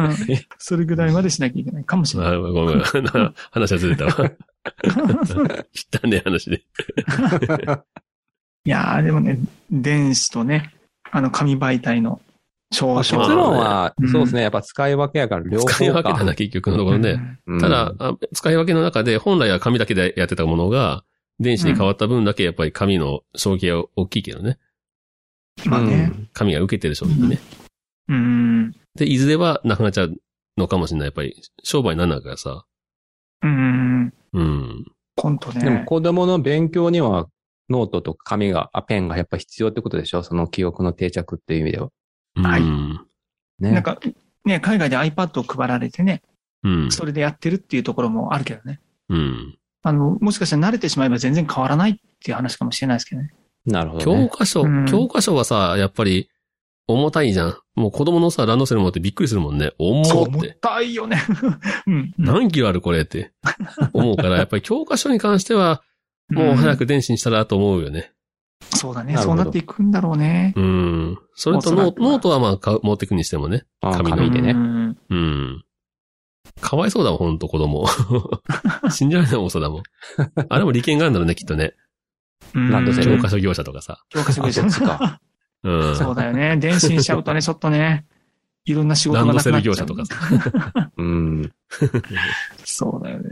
Speaker 3: うん。それぐらいまでしなきゃいけないかもしれない。
Speaker 2: あごめん。な話はずれたわ。汚ねえ話で。
Speaker 3: いやー、でもね、電子とね、あの、紙媒体の長
Speaker 4: 結
Speaker 3: 所。
Speaker 4: 論は
Speaker 3: う、ん
Speaker 4: そうですね。やっぱ使い分けやから、両方か。
Speaker 2: 使い分けだな、結局のところね。
Speaker 4: うん
Speaker 2: ただ、、あ使い分けの中で、本来は紙だけでやってたものが、電子に変わった分だけ、やっぱり紙の衝撃が大きいけどね。
Speaker 3: うんまあね。
Speaker 2: 紙が受けてる衝撃ね。
Speaker 3: うん。
Speaker 2: で、いずれはなくなっちゃうのかもしれない。やっぱり、商売にならないからさ。
Speaker 3: うん。
Speaker 2: うん。
Speaker 3: 本当
Speaker 4: でも
Speaker 3: ね。
Speaker 4: 子供の勉強には、ノートと紙が、あペンがやっぱ必要ってことでしょその記憶の定着っていう意味では。
Speaker 2: うん
Speaker 3: はい
Speaker 4: ね。
Speaker 3: なんか、ね、海外で iPad を配られてね、
Speaker 2: うん。
Speaker 3: それでやってるっていうところもあるけどね。
Speaker 2: うん。
Speaker 3: あの、もしかしたら慣れてしまえば全然変わらないっていう話かもしれないですけどね。
Speaker 4: なるほど
Speaker 2: 教
Speaker 4: ね。
Speaker 2: 科書、
Speaker 3: うん
Speaker 2: 教科書はさ、やっぱり、重たいじゃん。もう子供のさ、ランドセル持ってびっくりするもんね。重
Speaker 3: そう、
Speaker 2: っ。
Speaker 3: もってたいよね。 うん。
Speaker 2: 何キロあるこれって思うから、やっぱり教科書に関しては、もう早く電子にしたらと思うよね。
Speaker 3: うん。そうだね。
Speaker 4: なるほ
Speaker 3: そ
Speaker 4: ど
Speaker 3: うなっていくんだろうね。
Speaker 2: うん。それと
Speaker 3: おそら
Speaker 2: ノ
Speaker 3: く
Speaker 2: ノートはまあか持ってくにしてもね。
Speaker 4: あ
Speaker 2: 紙の
Speaker 4: 紙で
Speaker 3: う
Speaker 4: ね。
Speaker 3: ん
Speaker 2: うん。かわいそうだもん、ほんと子供。 信じられないもん、そうだもん。あれも利権があるんだろうね、きっとね。
Speaker 3: ラ
Speaker 4: ランドセル
Speaker 2: 教
Speaker 4: うん
Speaker 2: 科書業者とかさ。
Speaker 3: 教科書
Speaker 4: あそっち か。
Speaker 2: うん。
Speaker 3: そうだよね。電信しちゃうと ね、ちょっとね、いろんな仕
Speaker 2: ラ
Speaker 3: 事
Speaker 2: ン
Speaker 3: が
Speaker 2: ド
Speaker 3: な
Speaker 2: セ
Speaker 3: く
Speaker 2: ル
Speaker 3: なっち
Speaker 2: 業
Speaker 3: ゃう。
Speaker 2: 者とかさ。
Speaker 4: うん。
Speaker 3: そうだよね。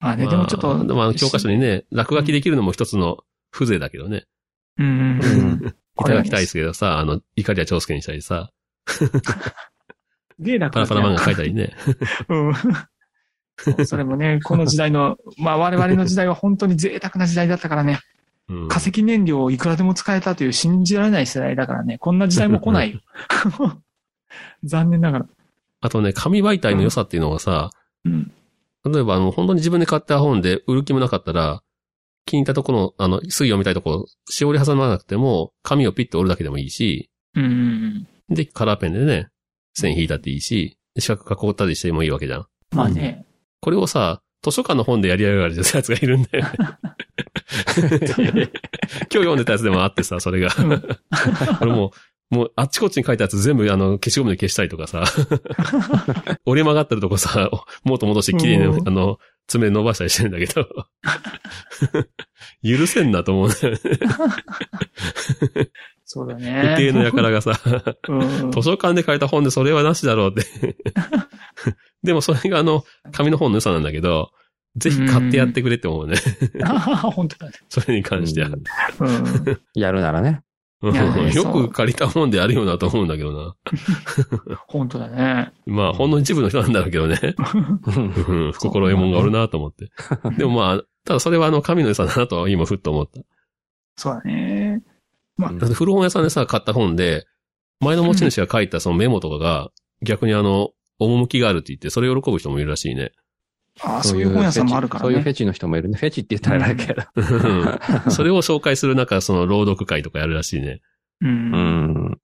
Speaker 3: あね、
Speaker 2: まあ
Speaker 3: でもちょっと。
Speaker 2: でもあの教科書にね、落書きできるのも一つの風情だけどね。
Speaker 3: うん。
Speaker 4: う
Speaker 3: うんん。
Speaker 2: いただきたいですけどさ、あの、怒りは長介にしたりさ、
Speaker 3: で、楽
Speaker 2: パラパラ漫画書いたりね。
Speaker 3: うん そう。それもね、この時代の、まあ我々の時代は本当に贅沢な時代だったからね、
Speaker 2: うん
Speaker 3: 化石燃料をいくらでも使えたという信じられない世代だからね、こんな時代も 来ないよ。残念ながら。
Speaker 2: あとね、紙媒体の良さっていうのがさ、
Speaker 3: うん。
Speaker 2: 例えばあの、本当に自分で買った本で売る気もなかったら、気に入ったところの、あの、すぐ読みたいところ、しおり挟まなくても、紙をピッと折るだけでもいいし、
Speaker 3: うんうんうん。
Speaker 2: で、カラーペンでね、線引いたっていいし、四角囲ったりしてもいいわけじゃん。
Speaker 3: まあね、
Speaker 2: これをさ、図書館の本でやりやがるやつがいるん だよね。今日読んでたやつでもあってさ、それが。
Speaker 3: うん
Speaker 2: 俺もう、もうあっちこっちに書いたやつ全部あの消しゴムで消したりとかさ、折れ曲がってるとこさ、もっと戻して綺麗
Speaker 3: う
Speaker 2: に
Speaker 3: ん
Speaker 2: あの、爪伸ばしたりしてるんだけど、許せんなと思うね。
Speaker 3: そうだね。
Speaker 2: 不定の輩がさ、
Speaker 3: うんうん
Speaker 2: 図書館で書いた本でそれはなしだろうって。でもそれがあの、紙の本の良さなんだけど、ぜひ買ってやってくれって思うね。
Speaker 3: 本当だね。
Speaker 2: それに関しては。
Speaker 3: うん。
Speaker 4: やるならね。
Speaker 2: うん
Speaker 3: いやね
Speaker 2: よ
Speaker 3: そう
Speaker 2: く借りた本であるよなと思うんだけどな。
Speaker 3: 本当だね。
Speaker 2: まあ、ほんの一部の人なんだろうけどね。うん、不心得もんがおるなと思って。でもまあ、ただそれはあの、神の良さだなとは今ふっと思った。
Speaker 3: そうだね。
Speaker 2: だって古本屋さんでさ、買った本で、前の持ち主が書いたそのメモとかが、逆にあの、趣があるって言って、それを喜ぶ人もいるらしいね。
Speaker 3: ああ、そういう本屋さんもあるから
Speaker 4: そういうフ
Speaker 3: ね。
Speaker 4: ェチの人もいるね。フェチって言ったらあれだけど。
Speaker 2: うんそれを紹介する中、その朗読会とかやるらしいね。
Speaker 3: う。
Speaker 4: うんん。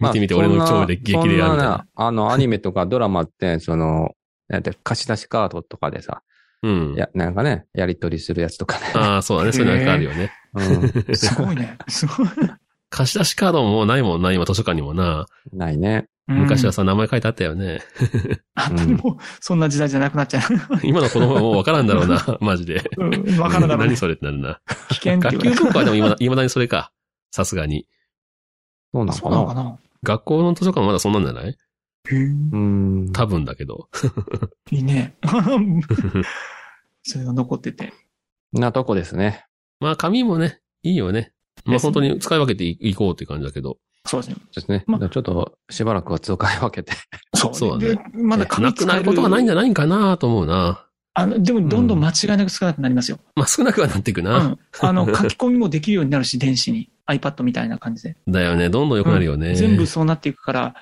Speaker 2: 見てみて、俺の超で激
Speaker 4: そんな
Speaker 2: レアみたい
Speaker 4: そんな
Speaker 2: な。
Speaker 4: ねあの、アニメとかドラマって、その、なんて、貸し出しカードとかでさ、
Speaker 2: うん。
Speaker 4: や、なんかね、やり取りするやつとかね。
Speaker 2: ああ、そうだね。そういうのがあるよね。
Speaker 4: う
Speaker 3: すごいね。すごい。
Speaker 2: 貸し出しカードもないもんな、今図書館にもな。
Speaker 4: ん。ないね。
Speaker 2: 昔は
Speaker 3: うん
Speaker 2: さ、名前書いてあったよ ね。
Speaker 3: あでも、そんな時代じゃなくなっちゃ
Speaker 2: 今の子供はもうわからんだろう な、マジで。
Speaker 3: う。うんわからんだろうね
Speaker 2: 何。それってなるな。
Speaker 3: 危険っ
Speaker 2: 学
Speaker 3: てい
Speaker 2: 級
Speaker 3: う
Speaker 2: 文庫はでも今だ、未だにそれか。さすがに。
Speaker 4: そうなの
Speaker 3: そ
Speaker 4: か
Speaker 3: うなのか
Speaker 4: な
Speaker 3: な
Speaker 2: 学校の図書館はまだそんなんじゃない
Speaker 3: へえ
Speaker 4: うん。
Speaker 2: 多分だけど。
Speaker 3: いいね。 それが残ってて。
Speaker 4: なとこですね。
Speaker 2: まあ、紙もね、いいよね。ま
Speaker 3: で
Speaker 2: あ、
Speaker 3: す
Speaker 2: 本
Speaker 3: ね
Speaker 2: 当に使い分けていいこうっていう感じだけど。
Speaker 3: そうですね。
Speaker 4: ですね。
Speaker 3: ま
Speaker 4: ちょっと、しばらくは使い分けて。
Speaker 3: そう
Speaker 2: そうだね
Speaker 3: で、まだ
Speaker 2: な
Speaker 3: 紙
Speaker 2: く
Speaker 3: 使
Speaker 2: な
Speaker 3: え
Speaker 2: ることはないんじゃないんかなと思うな。
Speaker 3: あの、でも、どんどん間違いなく少なくなりますよ。
Speaker 2: まあ、少なくはなっていく
Speaker 3: う
Speaker 2: な。
Speaker 3: ん。あの、書き込みもできるようになるし、電子に。iPad みたいな感じで。
Speaker 2: だよね。どんどん良くなるよね。
Speaker 3: 全部そうなっていくから、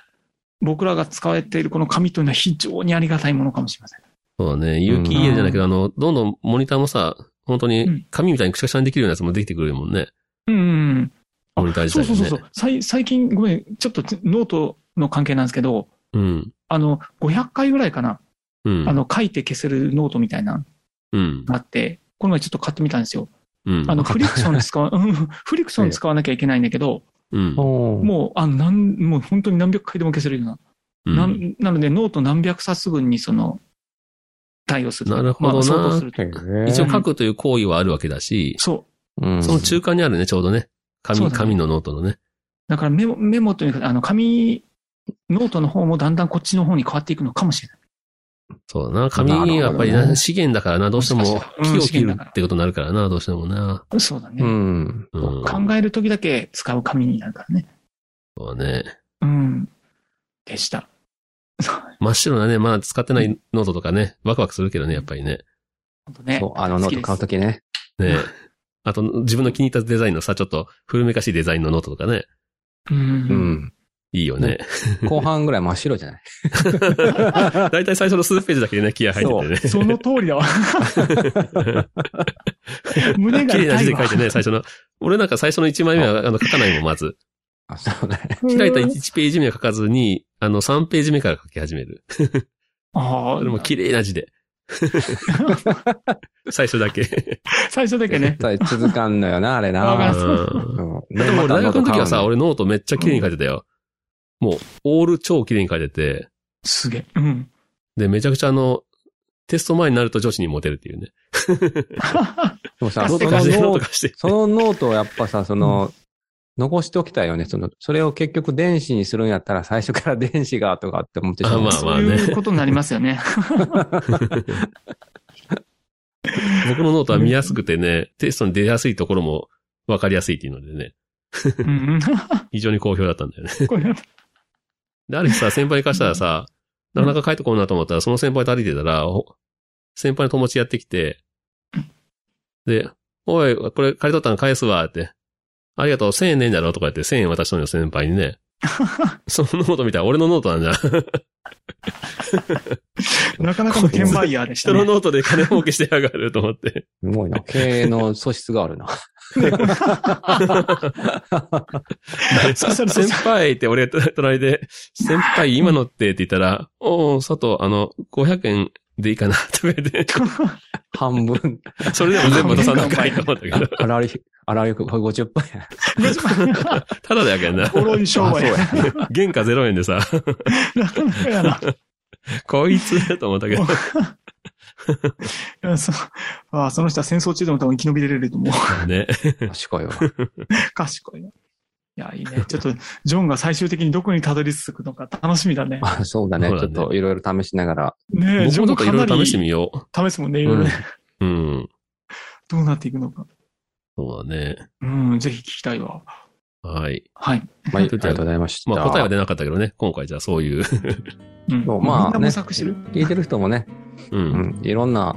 Speaker 3: 僕らが使われているこの紙というのは非常にありがたいものかもしれません。
Speaker 2: そうだね。有機 EL じゃないけど、あの、どんどんモニターもさ、本当に紙みたいにくしゃくしゃにできるようなやつもできてくるもんね。
Speaker 3: うんうんうん。あ
Speaker 2: モニター自
Speaker 3: そ
Speaker 2: 体
Speaker 3: うそ
Speaker 2: も
Speaker 3: うそう
Speaker 2: ね
Speaker 3: そう。。さい最近、ごめん、ちょっとつノートの関係なんですけど、
Speaker 2: うん。
Speaker 3: あの、500回ぐらいかな、
Speaker 2: うん。
Speaker 3: あの、書いて消せるノートみたいなの
Speaker 2: うん。
Speaker 3: があって、この前ちょっと買ってみたんですよ。
Speaker 2: うん。
Speaker 3: あの、フリクショ ン使わ、うん、フリクション使わなきゃいけないんだけど、
Speaker 2: うん、
Speaker 4: おー
Speaker 3: もう、あの、なん、もう本当に何百回でも消せるような。
Speaker 2: うん
Speaker 3: な。んなので、ノート何百冊分にその、対応する。
Speaker 2: なるほどな
Speaker 3: まあ、相当すると。
Speaker 4: へえ
Speaker 2: 一応書くという行為はあるわけだし、
Speaker 3: そう。
Speaker 4: うん
Speaker 2: その中間にあるね、ちょうどね。
Speaker 3: そ
Speaker 2: 紙、
Speaker 3: うだね
Speaker 2: 紙のノートのね。
Speaker 3: だからメモ、メモというか、あの、紙、ノートの方もだんだんこっちの方に変わっていくのかもしれない。
Speaker 2: そうだな。紙
Speaker 4: なるほどね
Speaker 2: やっぱりな資源だからな、どうしても
Speaker 3: うん
Speaker 2: 木を切
Speaker 3: 資
Speaker 2: る
Speaker 3: 源だから
Speaker 2: ってことになるからな、どうしてもな。
Speaker 3: そうだね。
Speaker 4: うん。
Speaker 2: うん。そ
Speaker 3: 考えるときだけ使う紙になるからね。
Speaker 2: うね。
Speaker 3: うん。で した。そう
Speaker 2: 真っ白なね、まあ使ってないノートとかね、ワクワクするけどね、やっぱりね。
Speaker 3: 本当ね
Speaker 4: そう、。あのノート買うときね。
Speaker 2: ねあと、自分の気に入ったデザインのさ、ちょっと古めかしいデザインのノートとかね。
Speaker 3: うん。
Speaker 4: うん。
Speaker 2: いいよね。
Speaker 4: 後半ぐらい真っ白じゃない
Speaker 2: だいたい最初の数ページだけでね、気合入っててね。
Speaker 3: その通りだわ。 胸が
Speaker 2: 綺麗な字
Speaker 3: 痛い
Speaker 2: で書
Speaker 3: わ
Speaker 2: い。 てね、最初の。俺なんか最初の1枚目はあの書かないもん、まず。
Speaker 4: あ、そうだね。
Speaker 2: 開いた1ページ目は書かずに、あの3ページ目から書き始める。
Speaker 3: あ
Speaker 2: それも
Speaker 3: あ、
Speaker 2: 綺麗な字で。最初だけ。
Speaker 3: 最初だけね
Speaker 4: 絶。対 続かんのよな、あれ
Speaker 3: わか
Speaker 4: な
Speaker 3: る。
Speaker 2: うん
Speaker 4: うん
Speaker 2: でも俺大学の時はさ、
Speaker 4: ま
Speaker 2: 俺ノートめっちゃ綺麗に書いてたよ。もう、オール超綺麗に書いてて、
Speaker 3: すげえ。 うん。
Speaker 2: で、めちゃくちゃあの、テスト前になると女子にモテるっていうね。
Speaker 4: でもさ、
Speaker 3: 活
Speaker 4: そ
Speaker 3: 性
Speaker 4: の
Speaker 3: 化
Speaker 2: ガジェラ
Speaker 4: ノ
Speaker 2: と
Speaker 4: ー
Speaker 2: かして。
Speaker 4: そのノートをやっぱさ、その、残しておきたいよね。その、それを結局電子にするんやったら最初から電子がとかって思ってしまう。
Speaker 2: あまあ
Speaker 3: そういうことになりますよね。
Speaker 2: 僕のノートは見やすくてね、テストに出やすいところも分かりやすいっていうのでね、
Speaker 3: うん。
Speaker 2: 非常に好評だったんだよね。
Speaker 3: これ
Speaker 2: で、ある日さ、先輩に貸したらさ、なかなか帰ってこんなと思ったら、その先輩と歩いてたら、お先輩の友達やってきて、で、おい、これ借り取ったの返すわ、って。ありがとう、1000円ねえんだろとか言って、1000円渡したのよ、先輩にね。そのノート見たら、俺のノートなんじゃん。
Speaker 3: なかなかの転売ヤーでした
Speaker 2: 人の
Speaker 3: ね。
Speaker 2: ノートで金儲けしてやがると思って。
Speaker 4: すごいな。経営の素質があるな。
Speaker 3: そしたらそ
Speaker 2: 先
Speaker 3: したら
Speaker 2: 輩って俺が隣で、先輩今のってって言ったら、おお佐藤、あの、500円でいいかな、とか言って、
Speaker 4: 半分、
Speaker 2: それでも全部渡さなきゃいと思ったけ ど、
Speaker 4: あらり、あらゆく、これ50杯 や。
Speaker 2: ただでや けんな。
Speaker 3: オロイ商
Speaker 4: あ
Speaker 3: 売や。
Speaker 4: そうやね
Speaker 2: 原価0円でさ、
Speaker 3: なかなかやな。
Speaker 2: こいつと思ったけど、
Speaker 3: いやそあその人は戦争中でも多分生き延びれると思う。
Speaker 2: ね。
Speaker 4: 賢いわ。
Speaker 3: 賢いな。いや、いいね。ちょっと、ジョンが最終的にどこにたどり着くのか楽しみだね。
Speaker 4: あそうだね。
Speaker 2: そう
Speaker 4: ち
Speaker 2: だ
Speaker 4: ょ
Speaker 2: ね
Speaker 4: っといろいろ試しながら。
Speaker 3: ねえ、ジ
Speaker 2: 僕も
Speaker 3: ョ
Speaker 2: なん
Speaker 3: ンも
Speaker 2: か
Speaker 3: か
Speaker 2: いろ
Speaker 3: ない
Speaker 2: ろ
Speaker 3: り
Speaker 2: 試してみよ
Speaker 3: 試すもんね、いろいろね。
Speaker 2: う。うん。
Speaker 3: どうなっていくのか。
Speaker 2: そうだね。
Speaker 3: うん、ぜひ聞きたいわ。
Speaker 2: はい。
Speaker 3: はい。
Speaker 4: まあ、ありがとうございました。
Speaker 2: まあ答えは出なかったけどね、今回じゃあそういう、
Speaker 3: うん、
Speaker 4: そう
Speaker 3: み
Speaker 4: まあ、
Speaker 3: ん
Speaker 4: ね、
Speaker 3: な模索してる。
Speaker 4: 聞いてる人もね、
Speaker 2: う。
Speaker 4: うんん、いろんな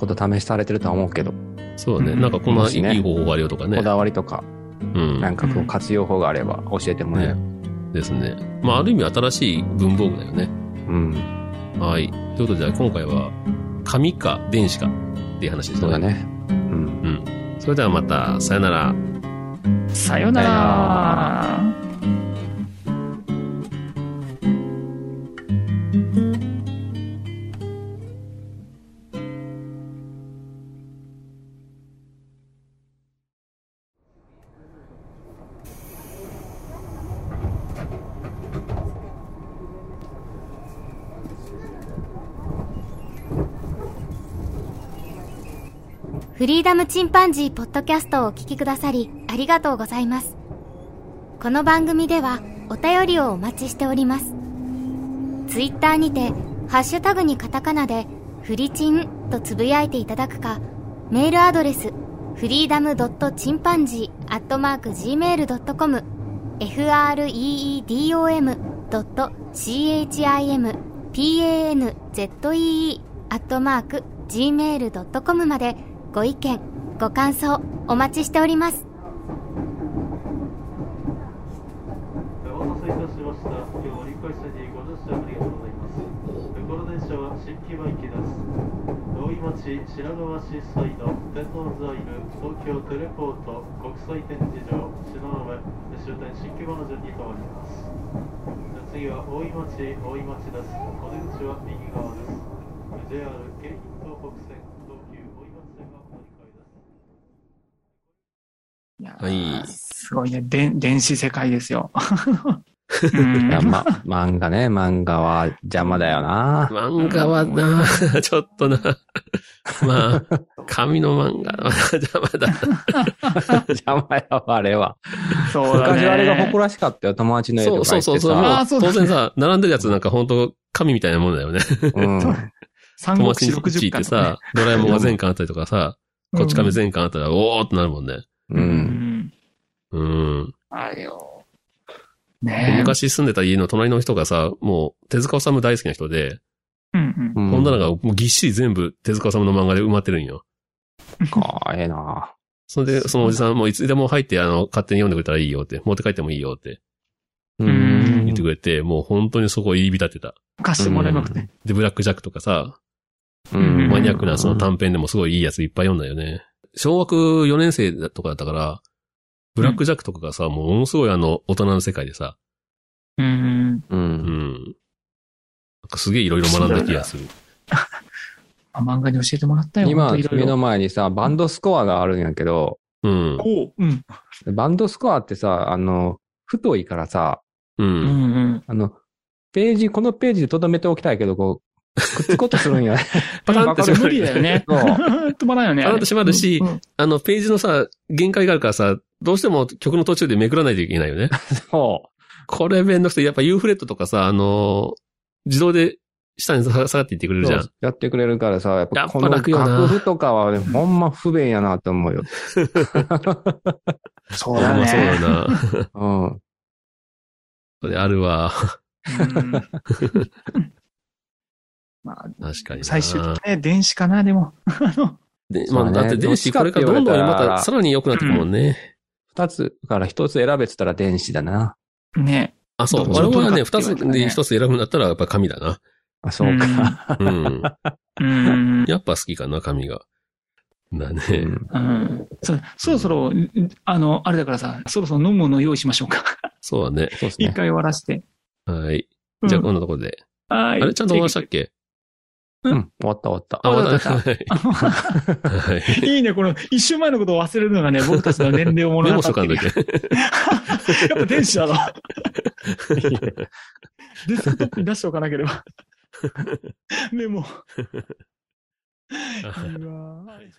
Speaker 4: こと試されてるとは思うけど、
Speaker 2: そうだね。なんかこんない
Speaker 4: うん
Speaker 2: い方法があるよとかね
Speaker 4: こ。だわりとか、
Speaker 2: うん
Speaker 4: な。んかこう活用法があれば教えてもらえる。
Speaker 2: ですね。まあある意味新しい文房具だよね。
Speaker 4: うん、
Speaker 2: はい。ということで、今回は、紙か電子かっていう話でした
Speaker 4: そうだ。ね。う
Speaker 2: う
Speaker 4: ん。
Speaker 2: ん。それではまた、さよなら。
Speaker 3: さよな
Speaker 4: さよな
Speaker 3: ら。
Speaker 1: フリーダムチンパンジーポッドキャストをお聞きくださりありがとうございます。この番組ではお便りをお待ちしております。ツイッターにて、ハッシュタグにカタカナで、フリチンとつぶやいていただくか、メールアドレス、フリーダムドットチンパンジーアットマーク Gmail.com、freedom ドット chimpanzee アットマーク Gmail.com までご意見、ご感想お待ちしております。
Speaker 5: お待たせいたしました。今日折り返しにご乗車ありがとうございます。この電車は新木場行きです。大井町白川市サイド、天王座イル、東京テレポート、国際展示場、篠上、終点新木場の順に変わります。次は大井町、大井町です。お出口は右側です。JR 京浜東北線、東急大井町線がお乗り換えです。
Speaker 3: や
Speaker 2: はい
Speaker 3: すごいね。で電子世界ですよ。うん
Speaker 4: いや、ま、漫画ね、漫画は邪魔だ よな。
Speaker 2: 漫画はな、 ちょっとな、まあ、紙の漫画は邪魔だ。
Speaker 4: 邪魔よ、あれは。
Speaker 3: そうだね。
Speaker 4: 昔あれが誇らしかったよ、友達の絵と
Speaker 2: そ
Speaker 4: か
Speaker 2: うそうそうそう。もう
Speaker 4: 言って
Speaker 3: あーそうだ
Speaker 2: 当然
Speaker 3: ね
Speaker 2: さ、並んでるやつなんか本当紙みたいなもんだよね。
Speaker 4: さうん。
Speaker 3: 三
Speaker 2: 友
Speaker 3: 国
Speaker 2: 達
Speaker 3: 志
Speaker 2: に行って
Speaker 3: 60巻とかね
Speaker 2: さ、ドラえもんが全巻あったりとかさ、こっち亀
Speaker 3: うん
Speaker 2: 全巻あったら、おーってなるもんね。
Speaker 4: う。
Speaker 3: うん ん。
Speaker 2: うん。
Speaker 3: あれよ。ねえ。
Speaker 2: 昔住んでた家の隣の人がさ、もう手塚治虫大好きな人で、
Speaker 3: うん
Speaker 4: うん
Speaker 2: こんなのがもうぎっしり全部手塚治虫の漫画で埋まってるんよ。
Speaker 4: か、ええな。
Speaker 2: それで、そのおじさんもいつでも入って、あの、勝手に読んでくれたらいいよって、持って帰ってもいいよって
Speaker 4: うん
Speaker 2: 言ってくれて、もう本当にそこ入り浸ってた。
Speaker 3: うん。貸してもらえなくて。
Speaker 2: で、ブラックジャックとかさ、
Speaker 4: うん
Speaker 2: マニアックなその短編でもすごいいいやついっぱい読んだよね。小学4年生とかだったから、ブラックジャックとかがさ、もうものすごいあの、大人の世界でさ、
Speaker 3: うん。
Speaker 4: う。
Speaker 2: うんん。なんかすげえいろいろ学んだ気がする。
Speaker 3: あ漫画に教えてもらったよ。
Speaker 4: 今、
Speaker 3: ほんといろい
Speaker 4: 目
Speaker 3: ろ
Speaker 4: の前にさ、バンドスコアがあるんやけど、
Speaker 2: うん。
Speaker 3: おう。うん。
Speaker 4: バンドスコアってさ、あの、太いからさ、
Speaker 2: う
Speaker 3: う
Speaker 2: ん。
Speaker 3: んうん。
Speaker 4: あの、ページ、このページで留めておきたいけど、こう、くっつこうとするんやね。
Speaker 2: パタン
Speaker 3: バ
Speaker 2: って
Speaker 3: カ
Speaker 2: 閉まる
Speaker 3: で無理
Speaker 2: よ
Speaker 3: だよね。
Speaker 4: そう
Speaker 3: 止まらんよね。
Speaker 2: パタンと閉まるし
Speaker 3: うんうん
Speaker 2: あの、ページのさ、限界があるからさ、どうしても曲の途中でめくらないといけないよ ね。
Speaker 4: そ
Speaker 2: これめんどくさい。やっぱ U フレットとかさ、あのー自動で下に下がっていってくれ
Speaker 4: う。
Speaker 2: るじゃん
Speaker 4: そ。うやってくれるからさ、やっ
Speaker 2: やっ
Speaker 4: ぱ
Speaker 2: ぱ
Speaker 4: この
Speaker 2: 楽よな
Speaker 4: 楽譜とかはね、ほんま不便やなと思うよ。
Speaker 3: そ
Speaker 2: ま
Speaker 3: うだ
Speaker 2: あそう
Speaker 3: ね。
Speaker 2: だな。
Speaker 4: うん。
Speaker 2: それあるわ。
Speaker 3: うんまあ、
Speaker 2: 確かにな。
Speaker 3: 最終的にね、電子かな、でも。あの、
Speaker 2: で、
Speaker 4: そ
Speaker 2: ま
Speaker 4: う
Speaker 2: あ、
Speaker 4: ね
Speaker 2: だって電子これからどんどんまたさらに良くなってくもんね。
Speaker 4: 二つから一つ選べてたら電子だな。
Speaker 3: ね。
Speaker 2: あ、そう。
Speaker 3: ど
Speaker 2: 我
Speaker 3: っち
Speaker 2: 々はね、
Speaker 3: どっちか
Speaker 2: 二
Speaker 3: ってい
Speaker 2: つ
Speaker 3: うのがね
Speaker 2: で一つ選ぶんだったらやっぱ紙だな。
Speaker 4: あ、そうか。
Speaker 2: うん。
Speaker 3: うん。
Speaker 2: やっぱ好きかな、紙が。だ
Speaker 4: う
Speaker 2: ね。
Speaker 4: ん
Speaker 3: うん。そそろそろ、あの、あれだからさ、そろそろ飲むものを用意しましょうか。
Speaker 2: そうだね。
Speaker 4: そうです
Speaker 3: 一
Speaker 4: ね。
Speaker 3: 回終わらせて。
Speaker 2: はい。
Speaker 3: うん
Speaker 2: じゃあ、こんなところで。
Speaker 3: は
Speaker 2: あ
Speaker 3: い。
Speaker 2: れ、ちゃんと終わりましたっけ
Speaker 4: うん。終わった終わった。
Speaker 2: あ、
Speaker 3: 終わ
Speaker 2: ま。
Speaker 3: ったた
Speaker 2: はい。はい。
Speaker 3: いいね、この一週前のことを忘れるのがね、僕たちの年齢を物
Speaker 2: メ
Speaker 3: 語
Speaker 2: モ
Speaker 3: っ
Speaker 2: しとか
Speaker 3: て
Speaker 2: んと
Speaker 3: る
Speaker 2: いて。
Speaker 3: やっぱ電子だろ。デスクトップに出しておかなければ。メモ。いいわー
Speaker 2: はい